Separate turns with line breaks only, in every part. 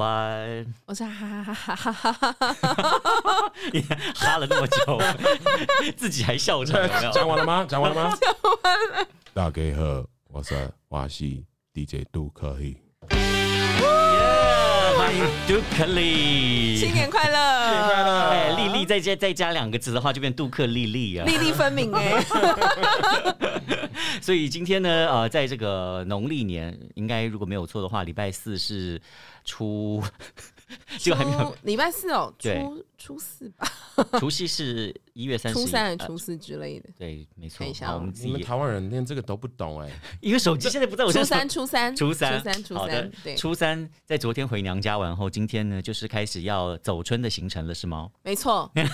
安，
我是哈哈哈哈哈哈哈哈，
也 哈了那么久， 自己还笑场，有没 有？
讲完了吗？讲完了吗？讲完了。大家好，我是华西 DJ 杜可以。
Yeah，欢迎 Duke
新年快乐，
新年快乐
哎，丽 丽再加再加两个字的话，就变杜克丽丽啊。
粒粒分明哎、
所以今天呢，呃，在这个农历年，应该如果没有错的话，礼拜四是初， 这个还没有，
初礼拜四哦，
对
初初四吧，
除夕是一月三十，
初三还是
呃
初四之类的，
对，没错
看一。下
好，
哦
我们自
你们
己
台湾人连这个都不懂哎、
因为手机现在不在我
初
身上
三，初三，
初三，
初三，初
好的
三，对，
初三在昨天回娘家完后，今天呢就是开始要走春的行程了，是吗？
没错。
哎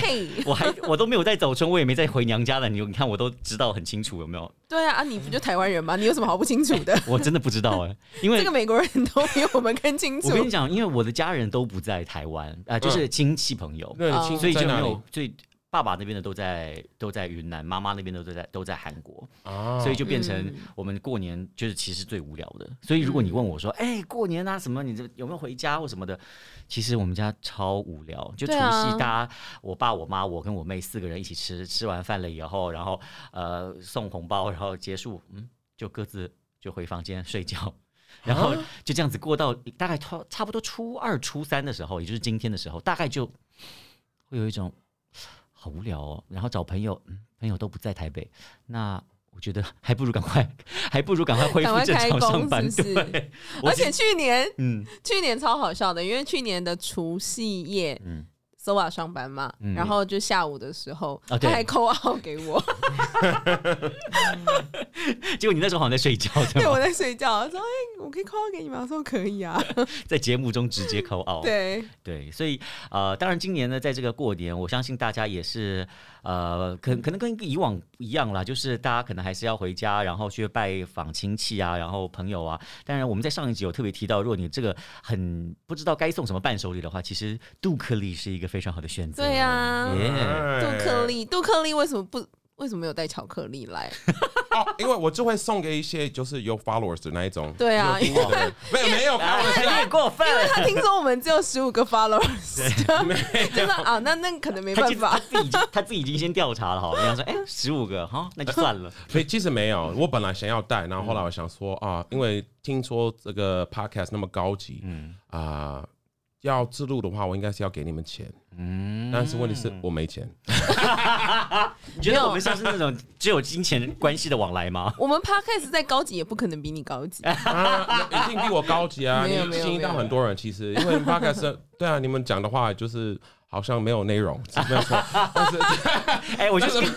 嘿，
我还我都没有在走春，我也没在回娘家了，你你看我都知道很清楚，有没 有？
对啊，啊，你不就台湾人吗？你有什么好不清楚 的？
我真的不知道哎、因为
这个美国人都比我嗯们更清楚
我。跟你讲，因为我的家人都不在台湾啊、呃就是亲戚朋友，
那你亲
所
戚
以
嗯在
就没
哪
有
里，
所以爸爸那边的都在都在云南，妈妈那边的都在都在韩国，
啊？
所以就变成
嗯
我们过年就是其实最无聊的。所以如果你问我说，哎、过年啊什么，你这有没有回家或什么的，其实我们家超无聊，就除
对
夕
啊
大家、我爸我妈我跟我妹四个人一起吃，吃完饭了以后，然后呃送红包，然后结束，嗯，就各自就回房间睡觉。然后就这样子过到大概差差不多初二、初三的时候，也就是今天的时候，大概就会有一种 好无聊哦。然后找朋友，嗯，朋友都不在台北，那我觉得 还不如赶快，还不如赶快恢
赶
复
快
正
开
常
工
上班。
是不是
对，我
而
其
且去年
嗯
去年超好笑的，因为去年的除夕夜，
嗯
嗯。s o a 上班嘛，
嗯
然后就下午的时候，
啊对
他还扣号给我，
结果你那时候好像在睡觉， 对
对
吗？
我在睡觉，他说：“哎、我可以扣号给你吗？”我说：“可以啊。
在节目中直接扣熬。
对，
对，所以呃，当然今年呢，在这个过年，我相信大家也是呃，可可能跟以往一样啦，就是大家可能还是要回家，然后去拜访亲戚啊，然后朋友啊。当然，我们在上一集有特别提到，如果你这个很不知道该送什么伴手礼的话，其实杜克利是一个非常好的选择。
对呀、啊。
耶
哎
杜克力，杜克力为什么不为什么没有带巧克力来？
哦，因为我就会送给一些就是有 followers 的那一种，
对啊
有订阅的人，没有没有，开
啊，
玩
你
笑，
也过分。
他听说我们只有十五个 followers，就是 啊，那那可能没
他
办
就
法
他。自己他自己已经先调查了哈，人家说哎十五个哈，那就算了。
所以其实没有，我本来想要带，然后后来我想说
嗯
啊，因为听说这个 podcast 那么高级， 嗯啊、要自录的话，我应该是要给你们钱，嗯，但是问题是我没钱，
你觉得我们像是那种只有金钱关系的往来吗？
我们 podcast 再高级也不可能比你高
哎
级，
啊，那一定比我高级啊！
没
你
有没有
吸引到
没有
很多人，其实因为 podcast 对啊，你们讲的话就是好像没有内容，是没 有错，但是
哎，我就
但
是
是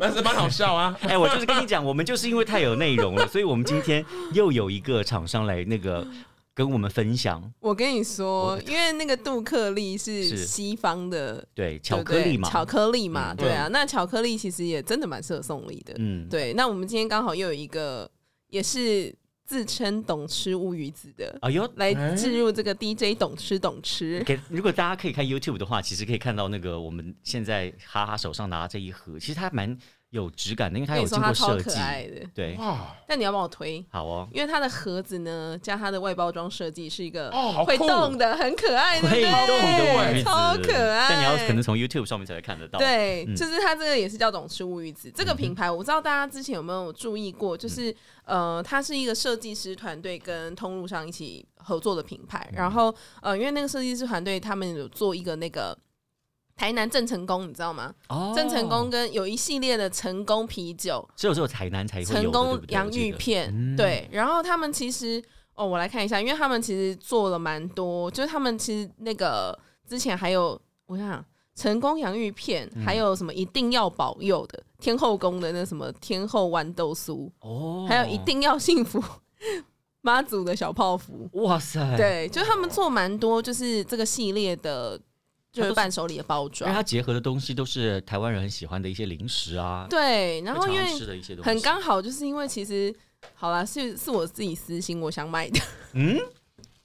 但是蛮好笑 啊！
哎、我就是跟你讲，我们就是因为太有内容了，所以我们今天又有一个厂商来那 个跟我们分享，
我跟你说，因为那个杜克力是
是
西方的
对，
对
巧
不
克
对
力嘛，
巧克力嘛，对啊，那巧克力其实也真的蛮适合送礼的。
嗯，
对，那我们今天刚好又有一个也是自称懂吃乌鱼子的，
哎呦，
来
哎
置入这个 DJ 懂吃懂吃。
给如果大家可以看 YouTube 的话，其实可以看到那个我们现在哈哈手上拿这一盒，其实它蛮有质感的，因为它
跟
有
你说
经
它
过
超
设
可
计，
爱的，
对，
哇
但你要帮我推。
好哦。
因为它的盒子呢，加它的外包装设计是一个
哦好酷
会动的，很可爱，对不
会
对？
动的
对
丸子，
超可爱。
但你要可能从 YouTube 上面才会看得到。，
对，
嗯
就是它这个也是叫懂吃乌鱼子这个品牌，我不知道大家之前有没有注意过，
嗯
就是呃，它是一个设计师团队跟通路上一起合作的品
嗯
牌。然后呃，因为那个设计师团队他们有做一个那个台南郑成功，你知道吗？
哦
郑成功跟有一系列的成功啤酒，
只有只有台南才会有的
成功
对不对
洋
我记
芋
得
片，对。然后他们其实哦，我来看一下，因为他们其实做了蛮多，就是他们其实那个之前还有我想想，成功洋芋片，
嗯
还有什么一定要保佑的天后宫的那什么天后豌豆酥，
哦，
还有一定要幸福 妈祖的小泡芙，
哇塞，，
对，就是他们做蛮多，就是这个系列的，就是伴手礼的包
因为它
装。
结合的东西都是台湾人很喜欢的一些零食啊，
对，然后因为
常吃的一些东西，
很刚好，就是因为其实好啦，是是我自己私心我想买的，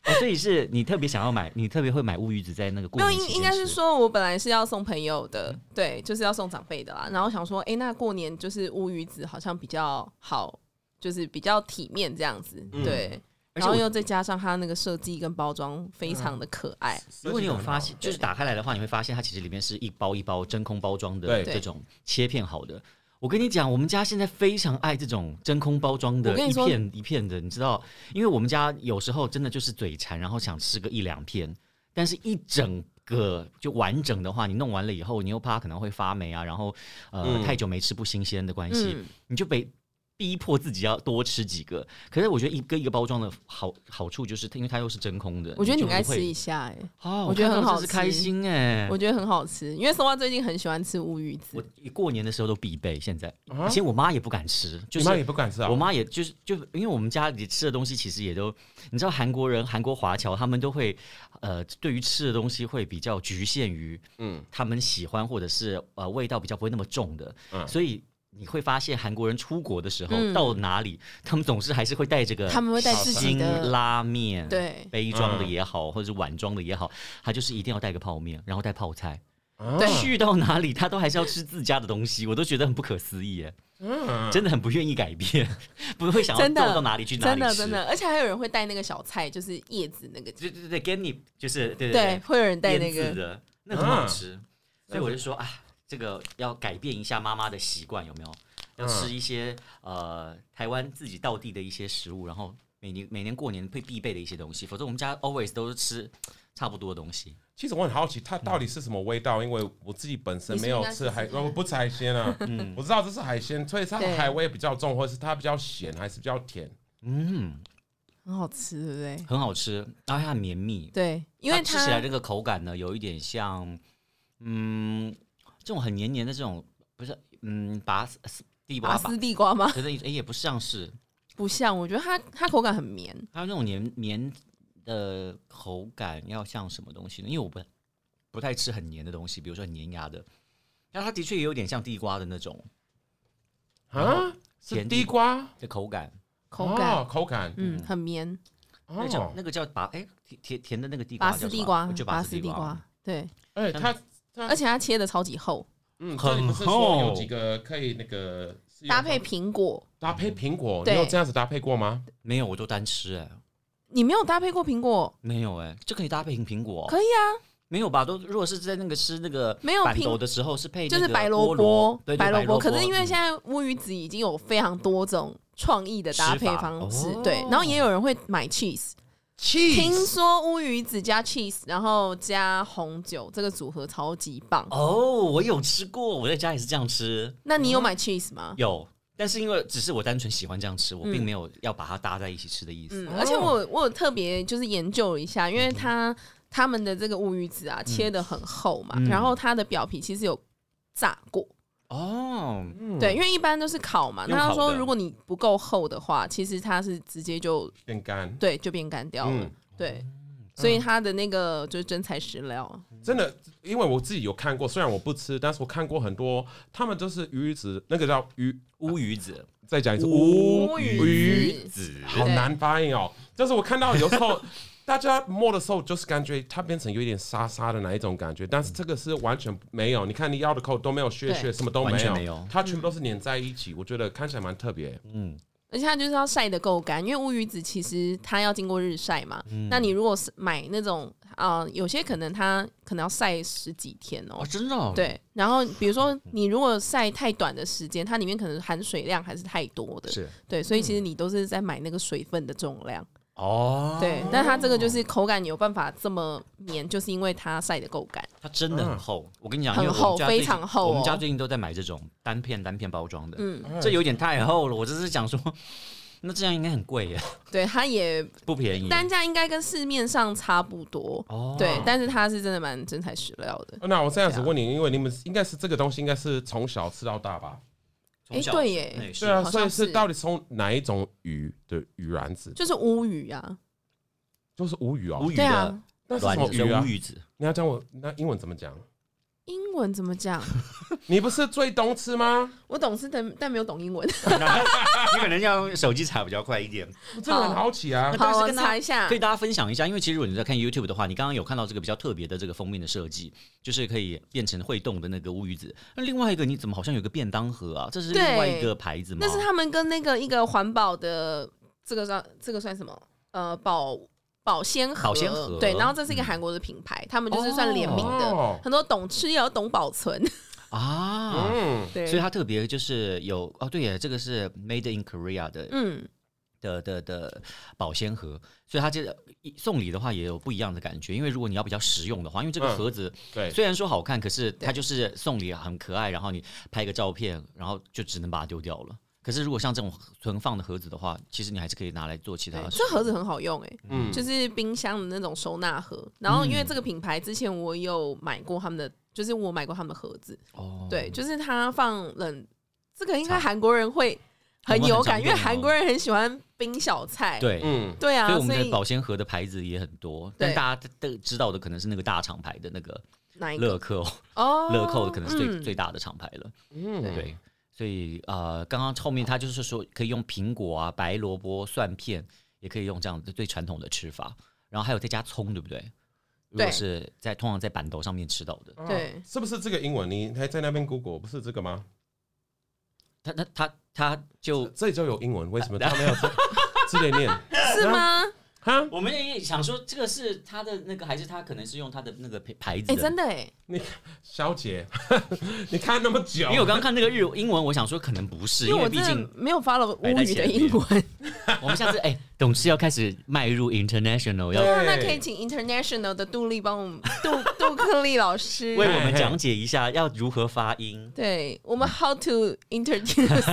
哦，所以是你特别想要买，你特别会买乌鱼子在那个过
没有
年
应
期间
应该是
吃
说我本来是要送朋友的，
嗯
对，就是要送长辈的啦。然后想说，哎、那过年
嗯
就是乌鱼子好像比较好，就是比较体面这样子，对。
而且
然后
我
又再加上它那个设计跟包装非常的可爱，
如果你有发现，
对
就是打开来的话，你会发现它其实里面是一包一包真空包装的
对
这种切片好的。我跟你讲，我们家现在非常爱这种真空包装的
我，跟你
一
说
片一片的，你知道，因为我们家有时候真的就是嘴馋，然后想吃个一两片，但是一整个就完整的话，你弄完了以后，你又怕它可能会发霉啊，然后呃、
嗯
太久没吃不新鲜的关系，
嗯，
你就被逼迫自己要多吃几个。可是我觉得一个一个包装的好好处就是，它因为它又是真空的，
我觉得你
就
应
不
该
会
吃一下哎、
哦，
我觉得
看
很
到
好
这是开
吃
心哎、
我觉得很好吃，因为松花最近很喜欢吃乌鱼子
我，过年的时候都必备，现在，
啊
而且我妈也不敢吃，就
你妈也
是
不敢吃啊？
我妈也就是就因为我们家里吃的东西其实也都，你知道韩国人、韩国华侨他们都会，呃，对于吃的东西会比较局限于
嗯，
他们喜欢或者是呃味道比较不会那么重的，
嗯
所以。你会发现韩国人出国的时候、
嗯
到哪里，他们总是还是会带这个
他们会带自己
新
的
拉面，，
对
杯装的
嗯
也好，或者是碗装的也好，他就是一定要带个泡面，然后带泡菜，
啊
对
去到哪里，他都还是要吃自家的东西，我都觉得很不可思议耶，
嗯
真的很不愿意改变， 不会想要
真的
做到哪里去哪
真
里
的
吃
真的，而且还有人会带那个小菜，就是叶子那个，
对对对，给你就是对
对，会有人带
对，腌
那
制
个，
的那个很好吃，
嗯
所以我就说啊，这个要改变一下妈妈的习惯，有没有？
嗯
要吃一些、呃台湾自己道地的一些食物，然后每年每年过年会必备的一些东西，否则我们家 always 都是吃差不多的东西。
其实我很好奇，它到底是什么味道？因为我自己本身没有吃海，
你是应该是
我不吃海鲜啊。
嗯
我知道这是海鲜，所以它的
对
海味比较重，或者是它比较咸，还是比较甜？
嗯，
很好吃，对不对？
很好吃，然后它很绵密，
对，因为
它吃起来
它
这个口感呢，有一点像，嗯，这种很黏黏的这种，不是，嗯，拔丝地瓜
拔
吧
丝，地瓜吗？
可是哎也也不像是，
不像，我觉得它它口感很绵，
它那种黏黏的口感要像什么东西呢？因为我不不太吃很黏的东西，比如说很粘牙的，但它的确也有点像地瓜的那种
啊，是
甜
地瓜
的口感，
嗯口感
哦口感
嗯很绵，
那个叫
哦
那，个叫拔哎甜甜甜的那个地瓜
拔
叫什
丝
么，
地瓜
就，
拔
拔
丝
丝
地瓜，，对，
哎，它
而且它切的超级厚，
嗯，
很
这里不是说
厚
有几个可以那个是用
搭配苹果，
搭配苹果，你
对
有这样子搭配过吗？
没有我都单吃哎、
你没有搭配过苹果，
没有哎、这可以搭配苹果哦、
可以啊，
没有吧？都如果是在那个吃那个
没有
板
苹
豆的时候是配
就
那
是
个
白
菠
萝
萝
卜，
对对
白
白
萝卜。可是因为
嗯
现在乌鱼子已经有非常多种创意的搭
吃
配
法
方式
哦，
对，然后也有人会买 cheese。听说乌鱼子加 cheese，然后加红酒，这个组合超级棒。
哦，我有吃过，我在家也是这样吃，
那你有买 cheese 吗？
有。但是因为只是我单纯喜欢这样吃，我
嗯
并没有要把它搭在一起吃的意思。
嗯，而且我我有特别就是研究了一下，因为它他们的这个乌鱼子啊切的很厚嘛，
嗯嗯
然后它的表皮其实有炸过，
哦，
对，因为一般都是烤嘛。那
用
他
烤
说
的
如果你不够厚的话，其实它是直接就
变干，
对，就变干掉了。
嗯
对，所以它的那个就是真材实料，
真的，因为我自己有看过，虽然我不吃，但是我看过很多，他们都是鱼子，那个叫鱼，
乌鱼子，
再讲一次，
乌
乌
鱼
鱼
子
子
好难发音哦。就是我看到有时候大家摸的时候，就是感觉它变成有一点沙沙的那一种感觉，但是这个是完全没有。你看你咬的口都没有血血，
对
什么都
完
没有，
全没有
它全部都是粘在一起，我觉得看起来蛮特别。
嗯，
而且它就是要晒得够干，因为乌鱼子其实它要经过日晒嘛。
嗯
那你如果是买那种啊、呃有些可能它可能要晒十几天哦。
哦，真的、哦，，
对，然后比如说你如果晒太短的时间，它里面可能含水量还是太多的，
是
对，所以其实你都是在买那个水分的重量，
嗯哦，
对。但它这个就是口感有办法这么绵，就是因为它晒得够干。
它真的很
嗯
厚。我跟你讲，因
很
为我们家
厚非
最近
常厚
我们家
哦
最近都在买这种单片单片包装的，
嗯，
这有点太厚了。我只是想说， 那这样应该很贵耶，
对，它也
不便宜。
单价应该跟市面上差不多，
哦，
对，但是它是真的蛮真材实料的。
那我这样子问你，因为你们应该是这个东西，应该是从小吃到大吧？
从小，
诶哎对耶
那也是
对啊，
好
所以
像
是
是
到底从哪一种鱼的鱼卵子？
就是乌鱼啊，
就是无鱼哦
无，语
对
的
啊，
那是什
卵
么
子
鱼
跟
啊
乌？鱼子，
你要讲我那英文怎么讲？
英文怎么讲？
你不是最懂吃吗？
我懂是但但没有懂英
哦
文。
你可能要用手机查比较快一点。
我真的很好奇啊！
但
好，
是
我
跟它
查一下
可以。大家分享一下，因为其实如果你在看 YouTube 的话，你刚刚有看到这个比较特别的这个封面的设计，就是可以变成会动的那个乌鱼子。那另外一个你怎么好像有个便当盒啊？这是另
对
外一个牌子吗？
那是他们跟那个一个环保的这个算这个算什么？呃保保鲜盒，
保鲜盒嗯
对，然后这是一个韩国的品牌，他们就是算联名的，
哦
很多懂吃也要懂保存，
啊。
嗯，
对，
所以它特别就是有哦，对耶，这个是 Made in Korea 的
嗯，
的的的保鲜盒，所以它这个一送礼的话也有不一样的感觉。因为如果你要比较实用的话，因为这个
嗯
盒子
对，
虽然说好看，可是它就是送礼很可爱，然后你拍个照片，然后就只能把它丢掉了。可是如果像这种存放的盒子的话，其实你还是可以拿来做其他
对
的事。
这盒子很好用哎、
嗯，
就是冰箱的那种收纳盒。然后
嗯
因为这个品牌之前我有买过他们的，就是我买过他们的盒子，
哦，
对，就是它放冷，这个应该
差
韩国人会很有感，
我们很常用
因为
哦
韩国人很喜欢冰小菜，
对，
嗯，
对
所
啊，
以我
所
们的
以
保鲜盒的牌子也很多，但
对
大家都知道的可能是那个大厂牌的那个
哪一个
乐扣，
哦
乐扣可能是最、
嗯
最大的厂牌了。
嗯，
对，所以呃，刚刚后面他就是说可以用苹果啊、白萝卜、蒜片，也可以用这样的最传统的吃法，然后还有再加葱，对不对？如果
对
是在通常在板头上面吃到的，
啊
对
是不是这个英文？你还在那边 Google 不是这个吗？
他他他他就
这里就有英文，为什么他没有这这类念？
是吗？
哈，
我们也想说这个是他的那个，还是他可能是用他的那个牌牌子
哎、真的哎、
小姐， 你看那么久
因为，我刚刚看那个日英文，我想说可能不是，
因
因
为
为
我
毕
真
竟
的没有发了
摆
乌
在
语的
前
英
面
文，
我们下次哎、董事要开始迈入 international，要
对
那那可以请 international 的杜丽帮我们 杜杜克利老师
为我们讲解一下要如何发音。
对我们 how to introduce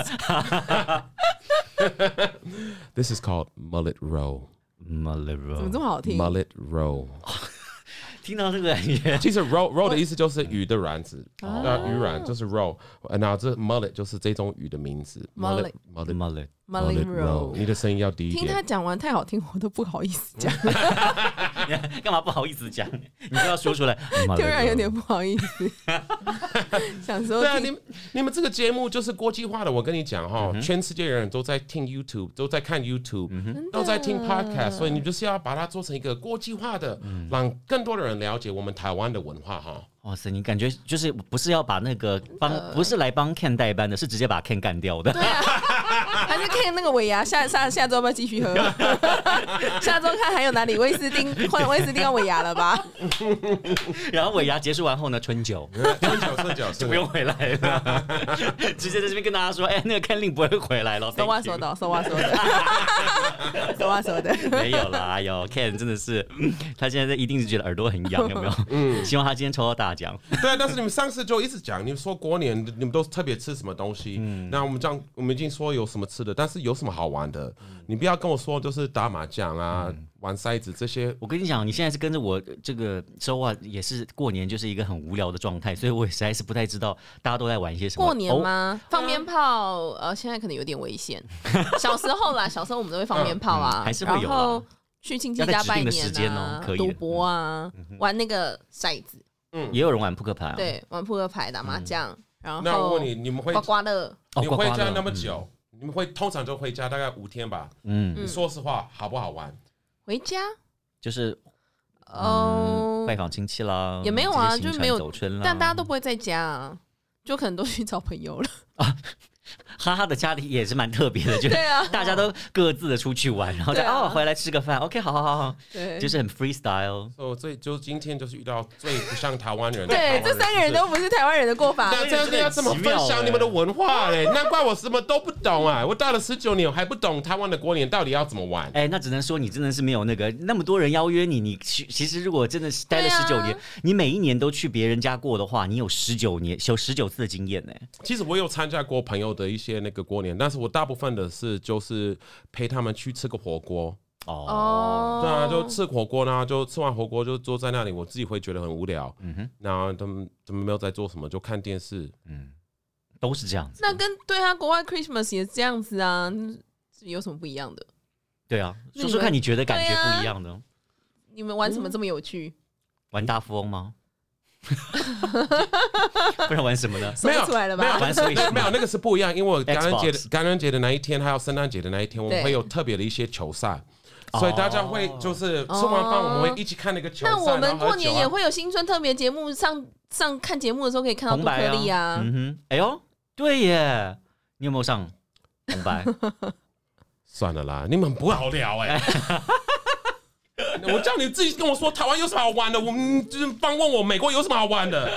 This is called mullet roll.
怎
怎么这么好听？
Mullet roll，
听到这个感觉？
哦其实 roll roll 的意思就是鱼的卵子，
哦
呃，鱼卵就是 roll，呃然后这 mullet 就是这种鱼的名字。
Mullet
mullet
m u
Mullet roll，
你的声音要低一
听他
点。
讲完太好听，我都不好意思讲，
干嘛不好意思讲？你都要说出 来，
突然有点不好 意思。想说
对啊，
听
你们你们这个节目就是国际化的，我跟你讲哈，全世界人都在听 YouTube，都在看 YouTube，都在听 Podcast，所以你就是要把它做成一个国际化的，让更多的人了解我们台湾的文化哈。
哇塞！你感觉就是不是要把那个帮、不是来帮 Ken 代班的，是直接把 Ken 干掉的。
还是看那个尾牙，下下下周要不要继 续喝？下周看还有哪里威斯汀换威斯汀跟尾牙了吧？
然后尾牙结束完后呢，春 酒
顺脚顺脚
就不用回来了，直接在这边跟大家说，哎、那个 Ken 令不会回来了。
手把
thank you
手的，手把手的，手把手的。
没有啦，哎呦，Ken 真的是，嗯他现在一定是觉得耳朵很痒，有没有？嗯， 希望他今天抽到大奖。
对啊，但是你们上次就一直讲，你们说过年你们都特别吃什么东西？那我们这样，我们已经说有什么吃的，但是有什么好玩的？你不要跟我说就是打麻将啊、玩筛子这些。
我跟你讲，你现在是跟着我呃这个周啊，也是过年就是一个很无聊的状态，所以我也实在是不太知道大家都在玩一些什么。
过年
哦
吗？放鞭炮，呃，现在可能有点危险。小时候啦，小时候我们都会放鞭炮啊，
嗯还是会
然
有啦
后去亲戚
要在
家
指
拜
定的
年
时间
啊
哦可，以的
赌博啊，玩那个骰子，
也有人玩扑克牌、啊，，嗯
对，玩扑克牌、打麻将，然
嗯那我
后
问你，你们会
刮刮乐。
哦，
你
刮
回
刮
家
乐
那么，久，你们会通常就回家大概五天吧？
嗯，
你说实话，好不好玩？
回家，
就是嗯
哦，
拜访亲戚啦，
也没有啊
这些行
就没有
程走春啦，
但大家都不会在家啊，就可能都去找朋 友了。
哈哈的家里也是蛮特别的，就是
对啊，
大家都各自的出去玩，然后再
对啊
哦回来吃个饭，OK，好好好好，
对，
就是很 freestyle。
所以这就今天就是遇到最不像台湾 人的台
对，
湾人。啊
这三个人都不是台湾人的过法。
那这样子要怎欸么分享你们的文化嘞？难怪我什么都不懂啊！我到了十九年，我还不懂台湾的过年到底要怎么玩。
哎，那只能说你真的是没有那个那么多人邀约你，你其其实如果真的是待了十九
对啊
年，你每一年都去别人家过的话，你有十九年有十九次的经验呢。
其实我有参加过朋友的一些那个过年，但是我大部分的是就是陪他们去吃个火锅，
哦，
哦，
对啊，就吃火锅呢，就吃完火锅就坐在那里，我自己会觉得很无聊。嗯哼，然后他们他们没有在做什么，就看电 视。
嗯都是这样子。
那跟对啊，国外 Christmas 也是这样子啊，有什么不一样的？
对啊，
那
说
你
说看，
们
你觉得感觉
对啊
不一样的？
你们玩什么这么有趣？
玩大富翁吗？ 不然玩什么呢？
说不出来了
没有
吧？
玩 Switch
没有，
吗？
那个是不一样，因为我
Xbox
感恩节的感恩节的那一天，还有圣诞节的那一天，我们
对
会有特别的一些球赛，
哦
所以大家会就是吃完饭，
哦
我们会一起看那个球赛。
那我们
然后
过
喝酒
年
啊
也会有新春特别节目，上上看节目的时候可以看到
红
杜
白
克利啊，
嗯哼，哎呦，对耶，你有没有上红白？
欸
算了啦，你们很不好聊哎、 我叫你自己跟我说台湾有什么好玩的，我们就是放问我美国有什么好 玩的，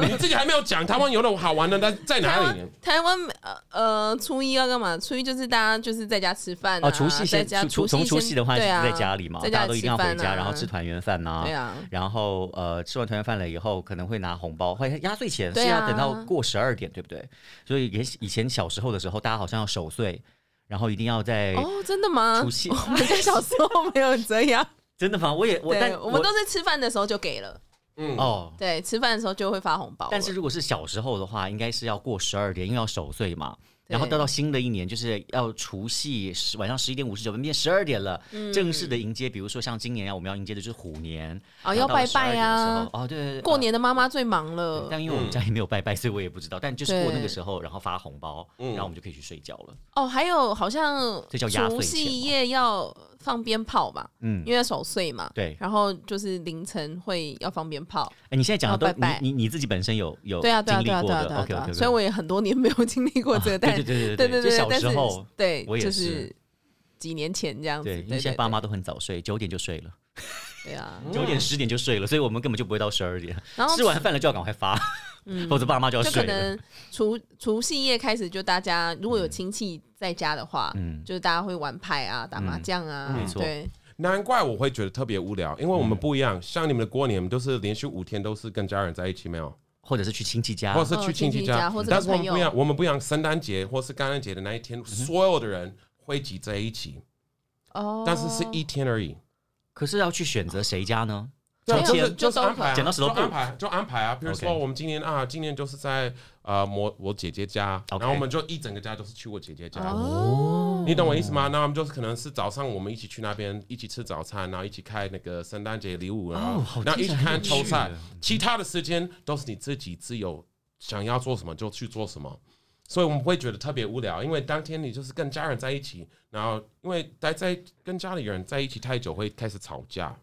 你自己还没有讲台湾有的好玩的，但在
台
哪里
湾？台湾呃呃，初一要干嘛？初一就是大家就是在家吃饭、啊、
哦，除夕
在
先
家
除除从
夕
除
先
夕的话
对
是
啊，
在家里嘛，
在
大家
家
都一
吃
定要回
饭
家，
啊
然后吃团圆饭呐、
对啊
然后呃吃完团圆饭了以后，可能会拿红包，或者压岁钱是
对
要
啊
等到过十二点，对不对？所以也以前小时候的时候，大家好像要守岁，然后一定要在
哦，真的吗？
除夕
我们家小时候没有这样，
真的吗？我也 我但
对，我们都是吃饭的时候就给了，
嗯，
哦。
对，吃饭的时候就会发红包了。
但是如果是小时候的话，应该是要过十二点，因为要守岁嘛。
对
然后到到新的一年，就是要除夕十晚上十一点五十九分变十二点了，
嗯
正式的迎接。比如说像今年啊，我们要迎接的就是虎年，
啊，
然
要
后到
拜
了12
拜
点的时
啊，
候哦对对对，
过
呃
年的妈妈最忙了。
但因为我们家也没有拜拜，所以我也不知道。但就是过那个时候，然后发红包，
嗯
然后我们就可以去睡觉了。
哦，还有好像
这叫压岁钱
除夕夜要放鞭炮吧，
嗯，
因为要守岁嘛。
对
然后就是凌晨会要放鞭炮。
哎，你现在讲的都
要拜拜
你你你自己本身有有
对啊，对
经
啊，
历
对
过
啊，对啊，对
的
啊，
，OK
对
OK，
啊。所以我也很多年没有经历过 这个，但
对对对
对
对
对，
就小
但
时
是
候
对
我，也
就是几年前这样子。
对，
对
因为现在
对
爸妈都很早睡，九点就睡了，
对啊，
九点十点就睡了，所以我们根本就不会到十二点，
然后
吃完饭了就要赶快发， 否则爸妈就要
哦嗯就可
睡了。
能除除夕夜开始，就大家如果有亲戚在家的话，
嗯，
就是大家会玩牌啊、打麻将啊
没，错
对，
难怪我会觉得特别无聊，因为我们不一样，像你们的过年都是连续五天都是跟家人在一起，没有，
或者是去亲戚家
或，者是去
哦
亲
亲
戚
戚
家嗯
家或，者
但是
跟
我
朋
们
友
不一样，我们不一样，圣诞节或是感恩节的那一天，所有的人汇集在一起，
哦，
但是是一天而已。
可是要去选择谁家呢？
对啊，
抽
就
签
是
就
就是安排啊，
都剪刀石头
就
布
安排就安排啊。比如说
OK
我们今年啊，今年就是在呃我我姐姐家，然
OK
后我们就一整个家都是去我姐姐家。
哦，
你懂我意思吗？那我们就是可能是早上我们一起去那边一起吃早餐，然后一起开那个圣诞节礼物，然
哦
后
好
然啊后一起
听起来很有
看球
趣
赛
耶。
其他的时间都是你自己自由想要做什么就去做什么，所以我们会觉得特别无聊，因为当天你就是跟家人在一起，然后因为待在跟家里人在一起太久会开始吵架。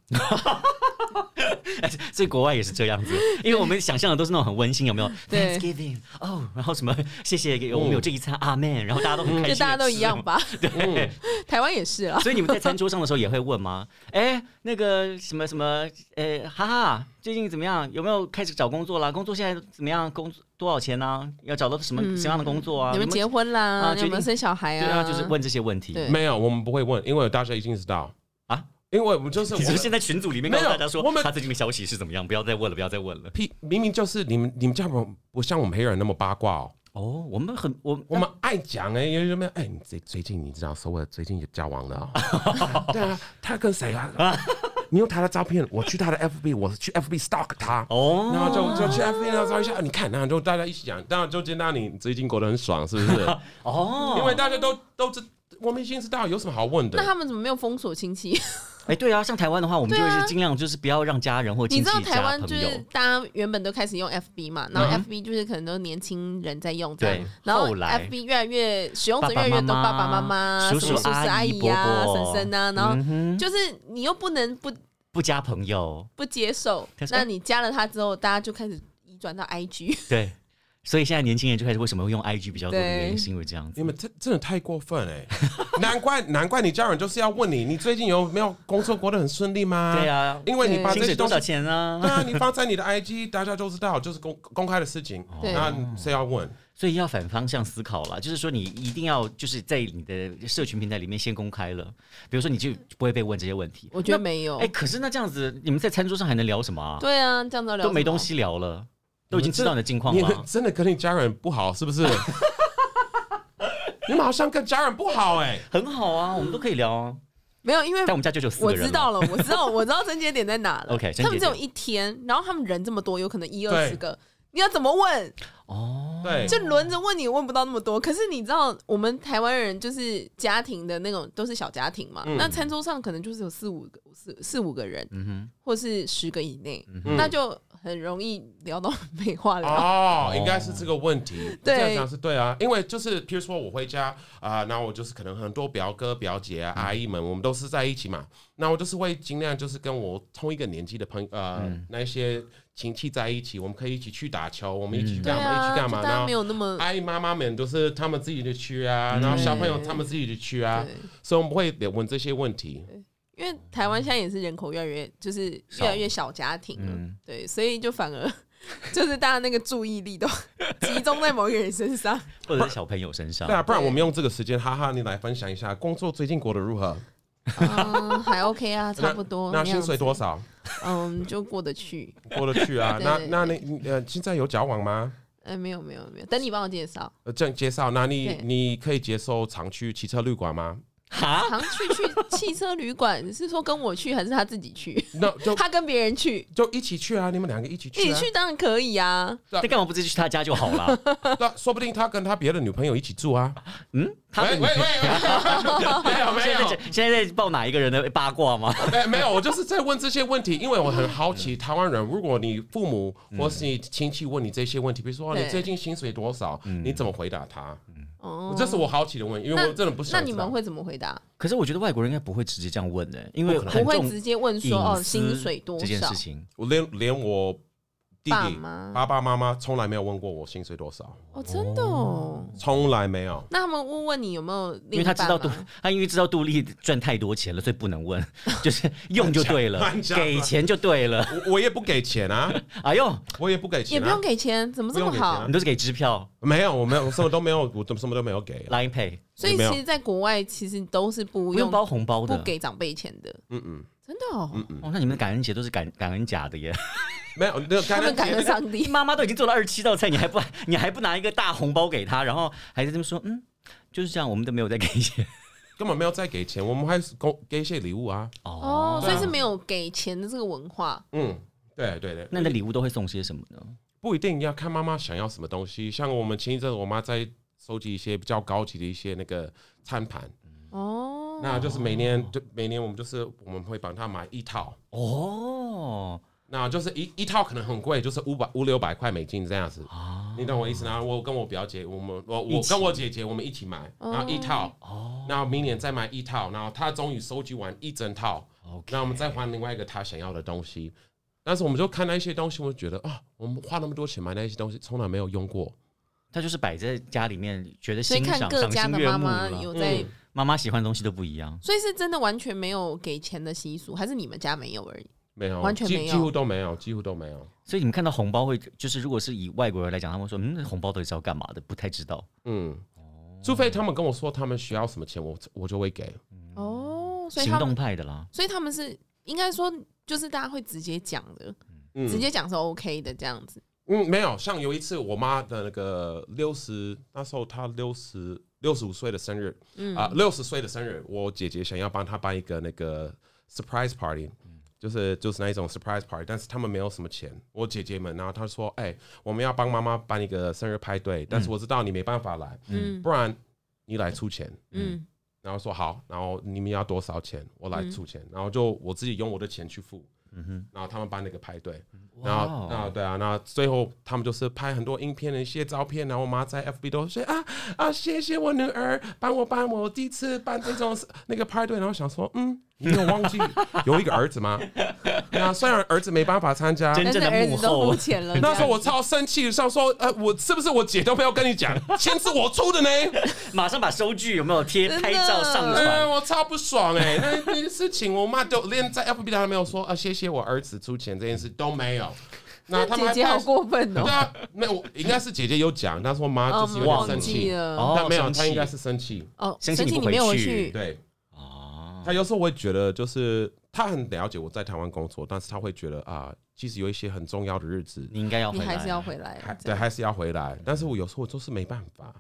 所以国外也是这样子，因为我们想象的都是那种很温馨，有没有
对
？Thanksgiving 哦，然后什么谢谢给我们有
哦
这一餐，阿 man，然后大家都很开心，
就大家都一样。 吧，
嗯，
台湾也是啊。
所以你们在餐桌上的时候也会问吗？哎，那个什么什么，哎，哈哈，最近怎么样？有没有开始找工作啦？工作现在怎么样？工作多少钱呢、要找到什
嗯
么什么样的工作啊？
你们
有没
结
有
婚啦
啊？
你有
决
没有
定
生小孩
对啊，就是问这些问题。
对
没有，我们不会问，因为大家已经知道
啊，
因为我们就是我
你说
们
现在群组里面
没
告
有
诉大家说
我们
他最近的消息是怎么样？不要再问了，不要再问了。
屁，明明就是你们你们家不不像我们黑人那么八卦哦，
哦，我们很我
我们爱讲哎、有什么哎，你最最近你知道，说我最近有交往了、哦，对啊，他跟谁啊？你有他的照片，我去他的 FB，我去 FB stalk 他。然
哦，
后就就去 FB 那找一下，啊你看，然后就大家一起讲，当然就见到你最近过得很爽，是不是？
哦，
因为大家都都知，我们已经知道有什么好问的
那。他们怎么没有封锁亲戚？
哎，对啊，像台湾的话，我们就
对
会
啊
是尽量就是不要让家人或
你
亲
知道
戚
台
加
湾就
朋
是
友。嗯
大家原本都开始用 FB 嘛，然后 FB 就是可能都年轻人在用这
对
样，然后
后来
FB 越来越使用者
爸
越
爸
来越多，
妈妈
爸爸妈妈、
叔
什
叔
么叔叔
阿
阿
姨
姨啊、
伯伯
婶婶啊，然
嗯
后
哼，
就是你又不能不
不加朋友，
不接受
可，是哎
那你加了他之后，大家就开始移转到 IG，
对，所以现在年轻人就开始为什么会用 IG 比较多的原因，
对
是因为这样子
你。们真真的太过分哎、 难怪难怪你家人就是要问你，你最近有没有工作过得很顺利吗？
对，啊，
因为你把
薪
这
水
些
多
东西
少，钱
对
啊？
啊，你放在你的 IG，大家都知道，就是公公开的事情，
对
那谁要问？
所以要反方向思考啦，就是说你一定要就是在你的社群平台里面先公开了，比如说你就不会被问这些问题。
我觉得
那
没有
哦
哎、。可是那这样子，你们在餐桌上还能聊什么啊？
对啊，这样子聊什么
都没东。西聊了，都已经知道你的近况
你
了。
真的跟你家人不好是不 是？你们好像跟家人不好哎、
很好啊，我们都可以聊啊。
没有，因为
但我们家就只有四
我
个人，
知道了，我知道，我知道症结点在哪 了。
OK，症结点
他们只有一天，然后他们人这么多，有可能一
对
二十个，你要怎么问？
哦。
对，
就轮着问你，问不到那么多。可是你知道，我们台湾人就是家庭的那种都是小家庭嘛，
嗯
那餐桌上可能就是有四五个、四四五个人，
嗯
或是十个以内，
嗯
那就很容易聊到 没话聊。
哦，应该是这个问题。
对
这样讲是对啊，因为就是比如说我回家啊，那、我就是可能很多表哥表姐啊、阿姨们，我们都是在一起嘛。那我就是会尽量就是跟我同一个年纪的朋呃、那一些亲戚在一起，我们可以一起去打球，我们一起去
对
干嘛、一
啊，
起干
就
嘛，
大
然
家
后
没有那么
阿姨妈妈们都是他们自己的区啊，然后小朋友他们自己的区啊
对，
所以我们会问这些问题。
因因为台湾现在也是人口越来越就是越来越小家庭了，
嗯
对，所以就反而 就是大家那个注意力都 集中在某一个人身上。
或者是小朋友身上
对。啊，不然我们用这个时间，哈哈，你来分享一下工作最近过得如何？
嗯，还 OK 啊，差不多。
那
样
薪水
子
多少？
嗯，就过得去。
过得去啊
？对
那
对
那你你呃，现在有交往吗？
哎、没有没有没有，等你帮我介绍。
呃，这样介绍，那你
对
你可以接受常去骑车旅馆吗？
哈，
常去 去汽车旅馆，你是说跟我去还是他自己去？
那就
他跟别人去，
就一起去啊，你们两个一起
一
去
起
啊。
去当然可以啊。
那干嘛不直接去他家就好 了？
那说不定他跟他别的女朋友一起住啊。
嗯，他
喂
的
喂 喂，没有没
现在
有
在现在在报哪一个人的八卦吗？
没没有，我就是在问这些问题，因为我很好奇台湾人，如果你父母或是你亲戚问你这些问题，比如说哦
对
你最近薪水多少，你怎么回答他？
哦，
这是我好奇的问，因为
那
我真的不想知道。
那你们会怎么回答？
可是我觉得外国人应该不会直接这样问的，因为
不可
不
很
会
重
直接问
隐
说哦，
私
薪水多
这件
少
事？情，
我连连我弟
爸
弟
妈
爸爸妈妈从来没有问过我薪水多少，
哦，真的哦。
从来没有。
那他们问问你有没有
因
另
为
一
他
半吗？
知道杜，他因为知道杜丽赚太多钱了，所以不能 问，就是用就对了
乱，讲
给钱就对了。
我我也不给钱 啊，
哎呦，
我也不给钱、
也
啊，
不用给钱，怎么这么
不用给钱
好
啊
你？都是给支票
没有，我没有，我什么都没有，我都什么都没 有给、啊。
，Line Pay，
所以
没有
其实，在国外其实都是不
不用
用
包红包的
不。给长辈钱的，
嗯嗯
真的哦。
嗯嗯，
哦，那你们的感恩节都是感感恩假的 耶！
没有，那
他们感
感恩
恩
节
上帝，
妈妈都已经做了二十七道菜，你还不你还不拿一个大红包给她，然后还在这么说，嗯，就是这样，我们都没有再给钱。
根本没有再给钱，我们还是给给一些礼物啊。
哦，所以是
对啊
没有给钱的这个文化。
嗯，对对对，
那你的礼物都会送些什么呢？
不一定要看妈妈想要什么东西。像我们前一阵，我妈在收集一些比较高级的一些那个餐盘，
哦，
那就是每年就每年我们就是我们会帮她买一套。
哦，
那就是一一套可能很贵，就是五百五六百块美金这样子，你懂我意思吗？我跟我表姐，我们我
一
我
起哦
跟我姐姐，我们一起买，
哦
然后一套，然后明年再买一套，然后她终于收集完一整套，
OK，
那我们再换另外一个她想要的东西。但是我们就看那一些东西，我就觉得啊，我们花那么多钱买那些东西，从来没有用过。
他就是摆在家里面，觉得
所以
欣赏、
看各
赏
家
心
的
悦
妈
目
妈
了。
有在
嗯，
妈妈喜欢的东西都不一样。
所以是真的完全没有给钱的习俗，还是你们家没有而已？
没有，
完全
几
没有
几乎都没有，几乎都没有。
所以你们看到红包会，就是如果是以外国人来讲，他们会说，嗯，那红包到底是要干嘛的？不太知道。
嗯，
哦
除非他们跟我说他们需要什么钱，我我就会给。
哦，所
嗯
以
行
他
动
们，
派的啦，
所以他们是应该说，就是大家会直接讲的，
嗯，
直接讲是 OK 的这样子。
嗯，没有。像有一次，我妈的那个六十，那时候她六十六十五岁的生日，啊、六十岁的生日，我姐姐想要帮她办一个那个 surprise party，就是就是那一种 surprise party，但是他们没有什么钱，我姐姐们，然后她说，哎、我们要帮妈妈办一个生日派对，但是我知道你没办法来，
嗯
不然你来出钱。
嗯
然后说好，然后你们要多少钱，我来出钱，然后就我自己用我的钱去付，然后他们办了一个派对，然后
哇
啊
哦
对啊，那最后他们就是拍很多影片的一些照片，然后我妈在 FB 都说啊啊谢谢我女儿帮我办我第一次办这种那个派对，然后想说嗯，你有忘记有一个儿子吗？ 那虽然儿子没办法参加。
真
但是
正的
儿
幕
子都
后
付钱了，
那时候我超生气，想说，呃，我是不是我姐都没有跟你讲，钱是我出 的呢？
马上把收据有没有贴
真的
拍照上
哎、
传？
我超不爽哎、那那件事情，我妈都连在 FB 上都没有说啊，谢谢我儿子出钱这件事都没有。那他们
姐姐
还
好
拍
过分
对
哦，
啊，没有，应该是姐姐有讲，但是我妈就是
嗯，
有点
忘
生
记
气，
了
哦
但没有，
生气
她应该是生气。
哦，
生
生
气
气
你不
没有
回去
去，
对，
哦，
她有时候会觉得，就是她很了解我在台湾工作，但是她会觉得啊，其实有一些很重要的日子，
你应该要
你
回来，
还是要回来
还，
这
对
样
还是要回来。但是我有时候就是没办法，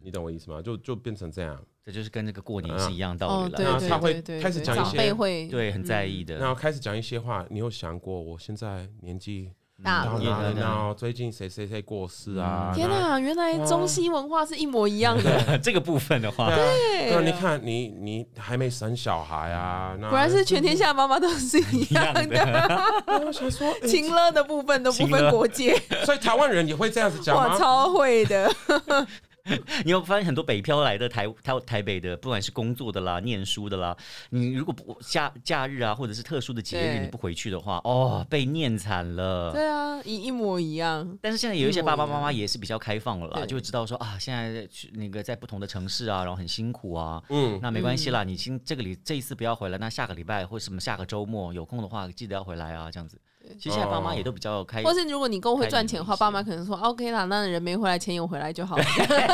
你懂我意思吗？就就变成这样。
这就是跟那个过年是一样道
哦，
理
对
啦。
对
他会
对对，
开始
对
讲一
长
些
辈会
对，很在意的。
然后开始讲一些话，你有想过我现在年纪
大
然后
了
然后
对对对
然后最近谁谁谁过世
嗯
啊？
天
哪！
哪，原来中西文化是一模一样 的，
这个部分的话，
对啊，那你看你你还没生小孩啊？那
果然是全天下妈妈都是一样
一样
的，
我 想说，诶
情乐的部分都不
情乐
分国界，
所以台湾人也会这样子讲
哇，
吗？
超会的，
你有发现很多北漂来的台台台北的，不管是工作的啦、念书的啦，你如果不假假日啊，或者是特殊的节日
对
你不回去的话，哦，被念惨了。
对啊，一一模一样。
但是现在有一些
一模
爸
一
爸妈
样
妈也是比较开放了啦，
对
就会知道说啊，现在去那个在不同的城市啊，然后很辛苦啊，
嗯，
那没关系啦，你今这个礼这一次不要回来，那下个礼拜或什么下个周末有空的话，记得要回来啊，这样子。其实现在爸妈也都比较开，
或是如果你够会赚钱的话，
哎开
爸
明一
妈
些
可能说 OK 啦，那人没回来，钱有回来 就好了。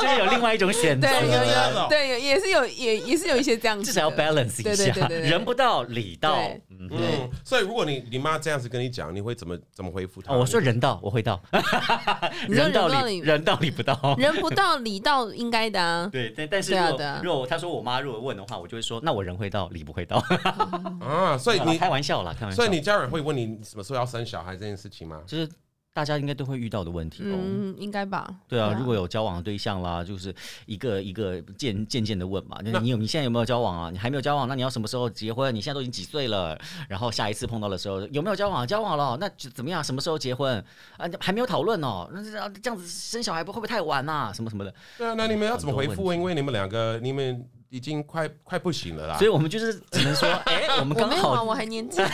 就是有另外一种选择
对，，有
这样哦
有对，有也是有也也是有一些这样子
至
的，
少要 balance 一
对对
下，
对对对
人不到理到。
对
嗯
嗯，所以如果你你妈这样子跟你讲，你会怎么怎么回复她？
哦，我说人到，我会到，
你说人
到
不到
理
理
人到理不 到。
人不到理到应该 的啊。
对，但但是
对啊
如果、
对啊
如果他说我妈如果问的话，我就会说那我人会到，理不会到。
啊，所以
好啦
你
开玩笑啦，开玩笑。
所以你家人会问你什么时候要生小孩这件事情吗？
就是大家应该都会遇到的问题哦。
嗯，应该吧。
对啊， 如果有交往的对象啦，就是一个一个渐渐渐的问嘛，就是你有你现在有没有交往啊？你还没有交往，那你要什么时候结婚？你现在都已经几岁了？然后下一次碰到的时候有没有交往啊？交往了，那就怎么样？什么时候结婚啊？还没有讨论哦，那这样这样子生小孩不会不会太晚呐、什么什么的，
对啊，那你们要怎么回
很多
复？
问题
因为你们两个你们已经快快不行了啦
所。以我们就是只能 说，哎、我们
啊我
刚
没有啊，
好
我还年轻，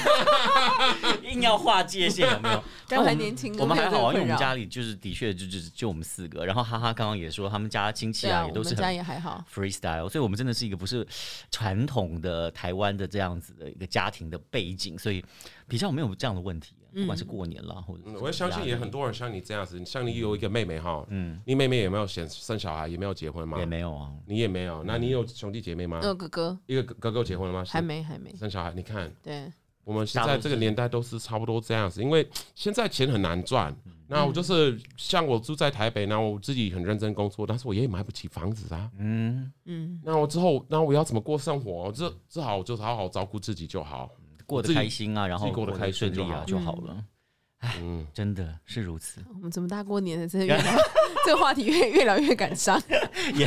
硬要划界 限，有没有？ 但
我还
们
年轻
我们
没有
还
这
好
个
啊，因为我
困
们
扰
家里就是的确就就就我们四个，然后哈哈刚刚也说他们家亲戚
对啊，
也
我
都是
们
很
家也还好。
freestyle，所以我们真的是一个不是传统的台湾的这样子的一个家庭的背景，所以比较没有这样的问题，啊
嗯
不管是过年啦，或者
嗯
是
我相信也很多人像你这样子，像你有一个妹妹哈，嗯，你妹妹有没有生生小孩，也没有结婚吗
也？没有啊，
你也没有，那你有兄弟姐妹
嗯
吗？
那哥哥
一个哥哥哥结婚了吗？
嗯还没还没，
生小孩，你看
对，
我们现在这个年代都是差不多这样子，因为现在钱很难赚。那我就是像我住在台北，那我自己很认真工作，但是我也买不起房子啊。
嗯，
嗯，
那我之后，那我要怎么过生活？我这只好我就好好照顾自己就好。
过得开心啊，然后
自己过得开心
顺
就
利啊
好
就好了，
嗯，
真的是如此。
我们这么大过 年的，真的越聊 这个话题越越聊越感伤。
也，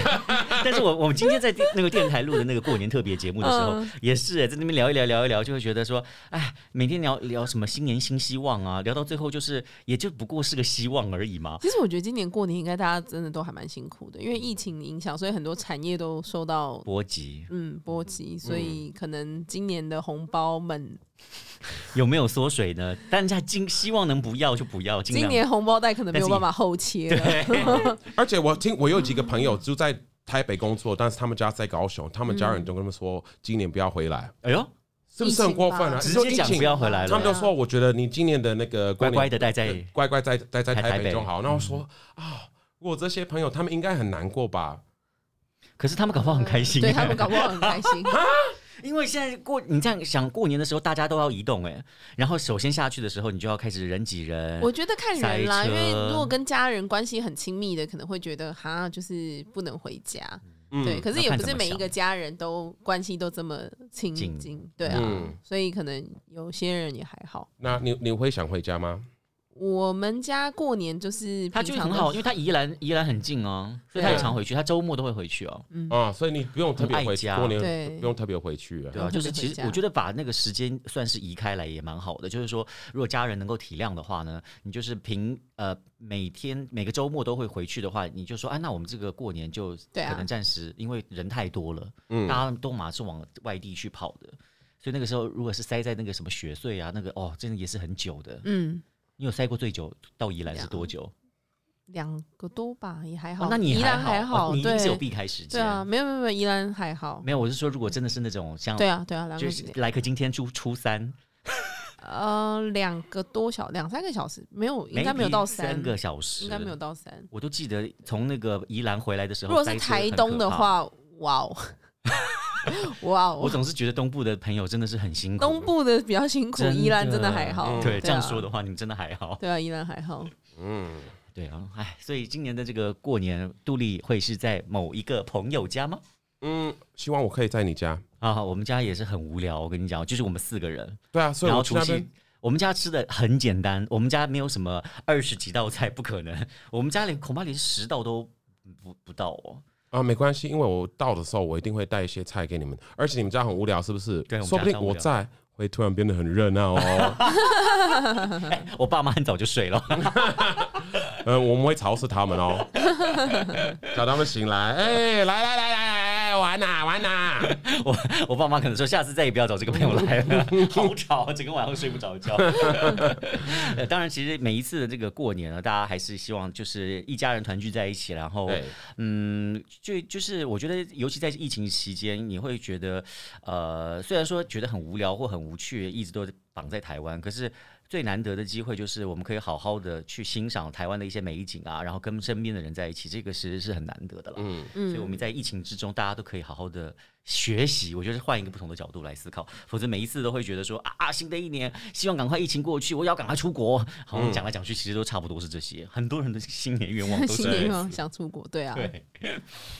但是我我们今天在电那个电台录的那个过年特别节目的时候，
嗯
也是哎在那边聊一聊聊一聊，就会觉得说，哎，每天聊聊什么新年新希望啊，聊到最后就是也就不过是个希望而已嘛。
其实我觉得今年过年应该大家真的都还蛮辛苦的，因为疫情影响，所以很多产业都受到
波及
嗯波及，所以可能今年的红包们，
有没有缩水呢？但是今希望能不要就不要，尽
今
量哎
年红包袋可能没有办法后切了。
而且我听我有几个朋友住在台北工作，但是他们家在高雄，他们家人都跟他们说今年不要回来，
哎呦，
是不是很过分啊？
疫
直
就
接
疫
讲
情
不要回来
他们
了，
就说，我觉得你今年的那个
乖
过年
乖的待在。
乖乖待待在
在台
台
北嗯
北就好。那我说啊，如果这些朋友他们应该很难过吧？
可是他们搞不好很开心，
对他们搞不好很开心。
因为现在过你这样想过年的时候，大家都要移动哎，然后首先下去的时候，你就要开始人挤人，
我觉得看人啦，
塞车
因为如果跟家人关系很亲密的，可能会觉得哈，就是不能回家。
嗯
对，可是
那
也
看
不是
怎么
每一
想
个家人都关系都这么亲
近
近，对啊，
嗯
所以可能有些人也还好。
那你你会想回家吗？
我们家过年就是啊
他
平
就
常
很
都
好，因为他宜兰宜兰很近哦，所以他也常回去，他周末都会回去哦。
啊，所以你不用特别
很爱
回去，
家
过年
嗯对
不用特别回去啊。
对啊，
嗯
就是其
特别回
实
家
我觉得把那个时间算是移开来也蛮好的，就是说如果家人能够体谅的话呢，你就是平呃每天每个周末都会回去的话，你就说啊，那我们这个过年就
对啊
可能暂时、因为人太多了，
嗯
大家都马是往外地去跑的。所以那个时候，如果是塞在那个什么雪隧啊，那个哦，真的也是很久的。
嗯
你有塞过最久到宜
啊
兰是多久？
两个多吧，也还好。
哦，那你
宜兰
好，
还
哦你一定是有
对
避开时间。
对啊，没有没有没有，宜兰还好。
没有，我是说，如果真的是那种像
对啊对啊，两个
就是来克今天初初三，
呃两个多小两三个小时，没有应该没有
maybe
到
三个，小时，
应该没有。到三。
我都记得从那个宜兰回来的时候，
如果
塞
是
车很
台
可
东的
怕，
话，哇 哦，哇
我
哦，
总是觉得东部的朋友真的是很辛苦。
东部的比较辛苦，
真的
宜兰真的还好。
嗯
对这样
啊
说的话，你们真的还好。
对啊，宜兰还好。
嗯，
对啊，哎，所以今年的这个过年，杜丽会是在某一个朋友家吗？
嗯，希望我可以在你家。
啊，我们家也是很无聊，我跟你讲，就是我们四个人，
对啊，所以
然后
我去
除
那
夕
边。。
我们家吃的很简单，我们家没有什么二十几道菜，不可能。我们家连恐怕连十道都不不到哦。
啊，没关系，因为我到的时候，我一定会带一些菜给你们。而且你们家很无聊，是不是？
对我们
说不定
家很无
我
聊
在会突然 变得很热闹哦。
我爸妈很早就睡了，
呃，我们会嘲视他 们哦，叫他们醒来，哎、来来来来来，玩呐、玩呐、
我我爸妈可能说，下次再也不要找这个朋友来了，好吵，啊整个晚上睡不着觉。 呃当然，其实每一次的这个过年呢，大家还是希望就是一家人团聚在一起，然后
对
嗯，就就是我觉得，尤其在疫情期间，你会觉得呃，虽然说觉得很无聊或很无趣，一直都绑在台湾，可是。最难得的机会就是我们可以好好的去欣赏台湾的一些美景啊，然后跟身边的人在一起，这个其实是很难得的了。
嗯，
所以我们在疫情之中，大家都可以好好的学习。我觉得是换一个不同的角度来思考，否则每一次都会觉得说啊啊，新的一年希望赶快疫情过去，我要赶快出国。好像讲来讲去，其实都差不多是这些。很多人的新年愿望都是
新
这
年
样
愿望想出国，对啊，
对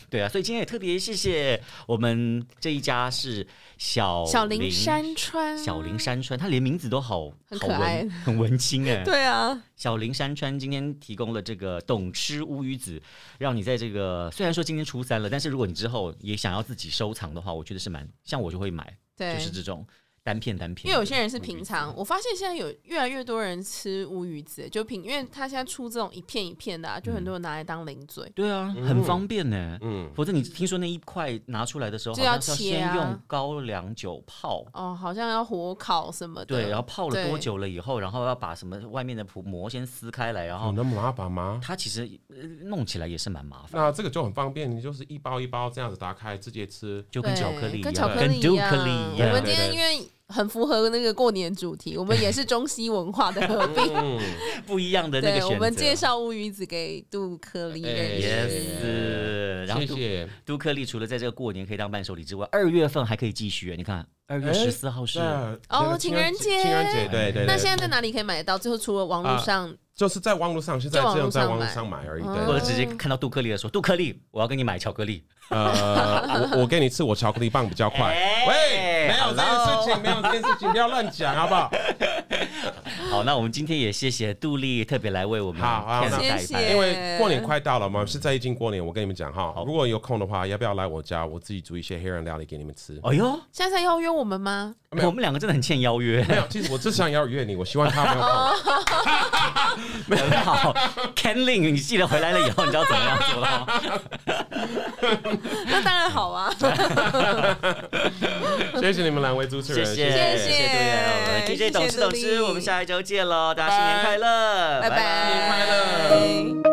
对啊，所以今天也特别谢谢我们这一家是小
小林山川，
小林山川，他连名字都好
很
好
可爱
文很文青哎、
对啊，
小林山川今天提供了这个懂吃乌鱼子，让你在这个虽然说今天初三了，但是如果你之后也想要自己收藏的话，我觉得是蛮像我就会买，
对，
就是这种单片单片。
因为有些人是平
乌鱼子
常，我发现现在有越来越多人吃乌鱼子，就平，因为他现在出这种一片一片的、啊，
嗯
就很多人拿来当零嘴。
对啊，很方便呢。
嗯
否则你听说那一块拿出来的时候，好
就要
像是要
切啊
先用高粱酒泡。
哦，好像要火烤什么的。
对，然后泡了多
对
久了以后，然后要把什么外面的薄膜先撕开来，然
有
嗯
后
那么麻烦吗？
它其实呃弄起来也是蛮麻烦，
那这个就很方便，你就是一包一包这样子打开直接吃。
就跟
对
巧克力一样，
跟巧克力
跟
一
d
样。
克力一
我
样
们。今天因为很符合那个过年主题，我们也是中西 文化的合并。
嗯，
不一样的那个选
对，
择。
我们介绍乌鱼子给杜克利认识。
哎
Yes，然后
谢
杜
谢。
杜克利除了在这个过年可以当伴手礼之外，二月份还可以继续。啊你看，二月
哎
十四号是
那
哦
那个
情人节
情人节，对对。
那
对
现在在哪里可以买得到？最后除了网络
啊
上，
就是在网络上，现在
就网
只
络
有在
上
网络
买哦
上买而已。
或者
对，
直接看到杜克利的说：“杜克利，我要跟你买巧克 力。
呃，我我给你吃我巧克力棒比较快。
哎
喂，没有这件
hello
事情，没有这件事情，不要乱讲，好 不好？”
好，那我们今天也谢谢杜丽特别来为我们
好好
Ken
那
代班
谢谢
因为过年快到了嘛，是在已经过年。我跟你们讲哈，如果有空的话，要不要来我家？我自己煮一些黑人料理给你们吃。
哎呦，
现在在邀约我们 吗？
没有
我们两个真的很欠邀约。
没有，其实我只想邀约你，我希望他没有
哦
空。
很好 k e n l i n 你记得回来了以后，你知道怎么样做了吗？
那当然好 啊。
谢谢你们两位主持
谢
人，
谢
谢
谢谢杜丽，我们
谢谢
DJ 懂吃
杜
懂
丽
吃，我们下一周见喽，大家新年
拜拜
快乐，
拜拜，
新年快乐
乐。